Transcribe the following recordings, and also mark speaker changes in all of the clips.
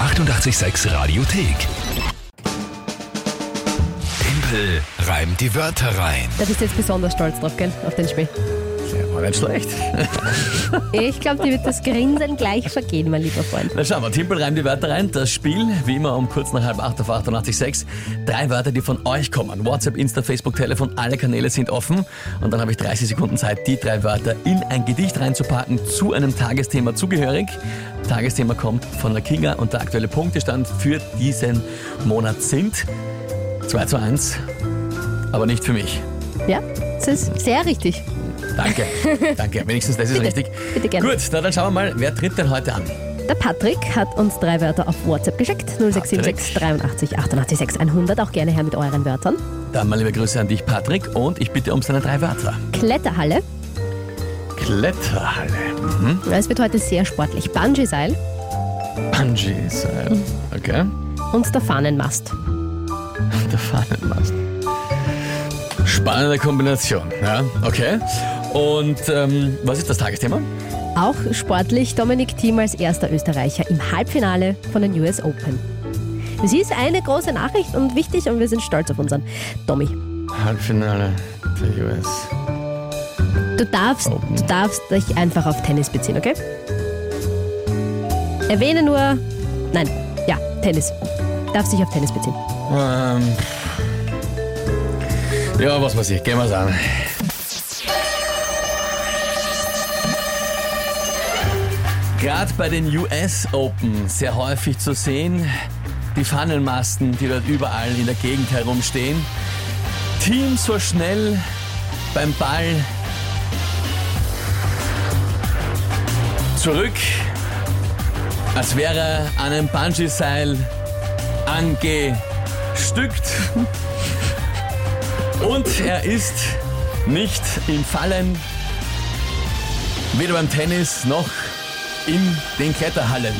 Speaker 1: 886 Radiothek. Tempel reimt die Wörter rein.
Speaker 2: Da bist du jetzt besonders stolz drauf, gell? Auf den Spiel.
Speaker 3: Ja, war nicht schlecht.
Speaker 2: Ich glaube, dir wird das Grinsen gleich vergehen, mein lieber Freund.
Speaker 3: Na schauen wir, Timpel reimt die Wörter rein. Das Spiel, wie immer, um kurz nach halb acht auf 88.6. Drei Wörter, die von euch kommen. WhatsApp, Insta, Facebook, Telefon, alle Kanäle sind offen. Und dann habe ich 30 Sekunden Zeit, die drei Wörter in ein Gedicht reinzupacken, zu einem Tagesthema zugehörig. Tagesthema kommt von der Kinga und der aktuelle Punktestand für diesen Monat sind 2 zu 1, aber nicht für mich.
Speaker 2: Ja, das ist sehr richtig.
Speaker 3: Danke, danke. Wenigstens das ist
Speaker 2: Bitte,
Speaker 3: richtig.
Speaker 2: bitte gerne.
Speaker 3: Gut, na dann schauen wir mal, wer tritt denn heute an?
Speaker 2: Der Patrick hat uns drei Wörter auf WhatsApp geschickt. 0676 83 88 6 100. Auch gerne her mit euren Wörtern.
Speaker 3: Dann mal liebe Grüße an dich, Patrick, und ich bitte um seine drei Wörter.
Speaker 2: Kletterhalle.
Speaker 3: Kletterhalle.
Speaker 2: Es wird heute sehr sportlich. Bungee-Seil
Speaker 3: Bungee-Seil. Okay.
Speaker 2: und der Fahnenmast.
Speaker 3: Der Fahnenmast. Spannende Kombination, ja. Okay. Und ähm, was ist das Tagesthema?
Speaker 2: Auch sportlich Dominik Thiem als erster Österreicher im Halbfinale von den US Open. Es ist eine große Nachricht und wichtig und wir sind stolz auf unseren Tommy.
Speaker 3: Halbfinale der US.
Speaker 2: Du darfst,
Speaker 3: Open.
Speaker 2: du darfst dich einfach auf Tennis beziehen, okay? Erwähne nur. Nein, ja, Tennis. Darfst dich auf Tennis beziehen.
Speaker 3: Ähm, ja, was weiß ich. Gehen wir's an. Gerade bei den US Open sehr häufig zu sehen, die Pfannenmasten, die dort überall in der Gegend herumstehen. Team so schnell beim Ball zurück, als wäre an einem Bungee-Seil angestückt. Und er ist nicht im Fallen, weder beim Tennis noch in den Kletterhallen.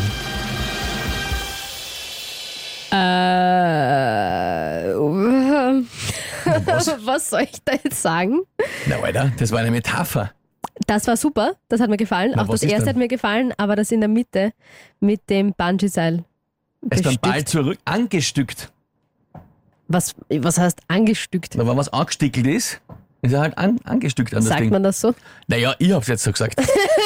Speaker 2: Äh, was soll ich da jetzt sagen?
Speaker 3: Na weiter, das war eine Metapher.
Speaker 2: Das war super, das hat mir gefallen.
Speaker 3: Na,
Speaker 2: Auch
Speaker 3: was
Speaker 2: das
Speaker 3: ist
Speaker 2: erste
Speaker 3: denn?
Speaker 2: hat mir gefallen, aber das in der Mitte mit dem Bungee-Seil.
Speaker 3: Er ist beim
Speaker 2: bestückt.
Speaker 3: Ball zurück angestückt.
Speaker 2: Was, was heißt angestückt?
Speaker 3: Na, wenn was angestickelt ist, ist er halt an, angestückt an das
Speaker 2: Sagt
Speaker 3: Ding.
Speaker 2: man das so?
Speaker 3: Naja, ich hab's jetzt so gesagt.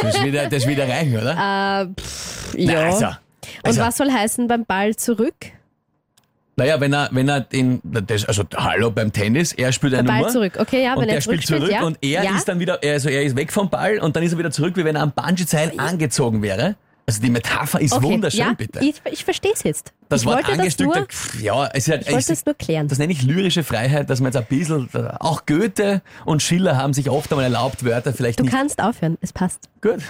Speaker 3: Das wird ja- das wird ja reichen, oder?
Speaker 2: Äh, pff,
Speaker 3: Na,
Speaker 2: ja.
Speaker 3: also, also,
Speaker 2: Und was soll heißen beim Ball zurück?
Speaker 3: Naja, wenn er, wenn er den, das, also hallo beim Tennis, er spielt eine
Speaker 2: Ball
Speaker 3: Nummer.
Speaker 2: zurück, okay, ja,
Speaker 3: Und
Speaker 2: wenn er
Speaker 3: der spielt zurück
Speaker 2: ja.
Speaker 3: und er
Speaker 2: ja?
Speaker 3: ist dann wieder, er- also er ist weg vom Ball und dann ist er wieder zurück, wie wenn er am Bungee-Seil angezogen wäre. Also die Metapher ist
Speaker 2: okay.
Speaker 3: wunderschön,
Speaker 2: ja,
Speaker 3: bitte.
Speaker 2: Ich, ich verstehe es jetzt.
Speaker 3: das
Speaker 2: ich
Speaker 3: Wort
Speaker 2: wollte das nur,
Speaker 3: angestückt, pf, ja, es ist halt,
Speaker 2: ich wollte
Speaker 3: es-
Speaker 2: es nur klären.
Speaker 3: das nenne ich lyrische Freiheit, dass man jetzt ein bisschen, äh, auch Goethe und Schiller haben sich oft einmal erlaubt, Wörter vielleicht
Speaker 2: Du
Speaker 3: nicht.
Speaker 2: kannst aufhören, es passt.
Speaker 3: Gut.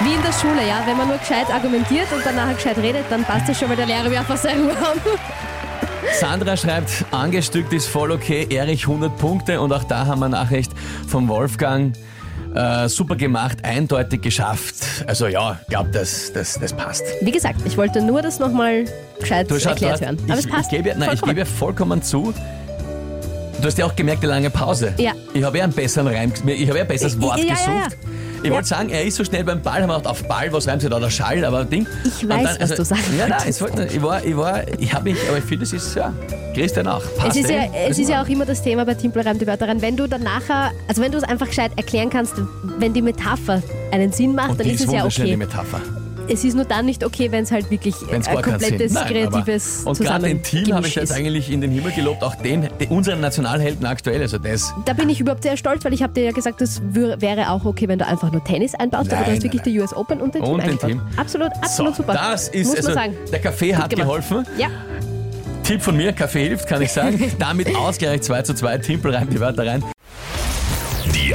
Speaker 2: Wie in der Schule, ja, wenn man nur gescheit argumentiert und danach gescheit redet, dann passt das schon, weil der Lehrer will einfach seine Ruhe haben.
Speaker 3: Sandra schreibt, angestückt ist voll okay, Erich 100 Punkte und auch da haben wir eine Nachricht von Wolfgang. Äh, super gemacht, eindeutig geschafft. Also ja, glaub, das, das, das passt.
Speaker 2: Wie gesagt, ich wollte nur das nochmal gescheit
Speaker 3: Du schau, du
Speaker 2: erklärt
Speaker 3: hast,
Speaker 2: hören.
Speaker 3: Ich,
Speaker 2: Aber es passt.
Speaker 3: Ich gebe, ja- nein, ich
Speaker 2: vollkommen.
Speaker 3: gebe ja vollkommen zu. Du hast ja auch gemerkt, die lange Pause.
Speaker 2: Ja.
Speaker 3: Ich habe ja einen besseren Reim, ich habe ja ein besseres
Speaker 2: Ich-
Speaker 3: Wort
Speaker 2: ja, ja,
Speaker 3: gesucht.
Speaker 2: ja.
Speaker 3: Ich wollte sagen, er ist so schnell beim Ball, haben wir gedacht, auf Ball, was reimt sich da, der Schall, aber Ding.
Speaker 2: Ich
Speaker 3: Und also,
Speaker 2: weiß, was du sagen
Speaker 3: Ja, nein,
Speaker 2: wolltest.
Speaker 3: es wollte, ich war, ich war, ich habe mich, aber ich finde, es ist, ja, Christian auch. Passt
Speaker 2: Es ist,
Speaker 3: eh.
Speaker 2: ja, es
Speaker 3: Müssen
Speaker 2: ist
Speaker 3: wir-
Speaker 2: ja auch immer das Thema bei Timpel reimt die Wörter rein. Wenn du dann nachher, also wenn du es einfach gescheit erklären kannst, wenn die Metapher einen Sinn macht,
Speaker 3: Und
Speaker 2: dann
Speaker 3: die
Speaker 2: ist
Speaker 3: ist
Speaker 2: es ja
Speaker 3: wunderschön, die
Speaker 2: okay.
Speaker 3: Metapher.
Speaker 2: Es ist nur dann nicht okay, wenn es halt wirklich
Speaker 3: Wenn's
Speaker 2: ein
Speaker 3: gar keinen Sinn-
Speaker 2: komplettes
Speaker 3: Nein, aber-
Speaker 2: kreatives
Speaker 3: Und gerade den Team habe ich
Speaker 2: Zusammengemisch
Speaker 3: jetzt
Speaker 2: ist.
Speaker 3: eigentlich in den Himmel gelobt, auch den, den unseren Nationalhelden aktuell, also das.
Speaker 2: Da bin ich überhaupt sehr stolz, weil ich habe dir ja gesagt, das wür- wäre auch okay, wenn du einfach nur Tennis einbaust, aber
Speaker 3: Nein,
Speaker 2: du hast wirklich
Speaker 3: nein,
Speaker 2: die US Open und den Team
Speaker 3: Und den
Speaker 2: eingebaut.
Speaker 3: Team.
Speaker 2: Absolut, absolut
Speaker 3: so,
Speaker 2: super.
Speaker 3: Das ist,
Speaker 2: Muss
Speaker 3: also,
Speaker 2: man sagen.
Speaker 3: der Kaffee hat
Speaker 2: gemacht.
Speaker 3: geholfen.
Speaker 2: Ja,
Speaker 3: Tipp von mir, Kaffee hilft, kann ich sagen. Damit Ausgleich 2 zu 2, Timpel reimt die Wörter rein.
Speaker 1: Die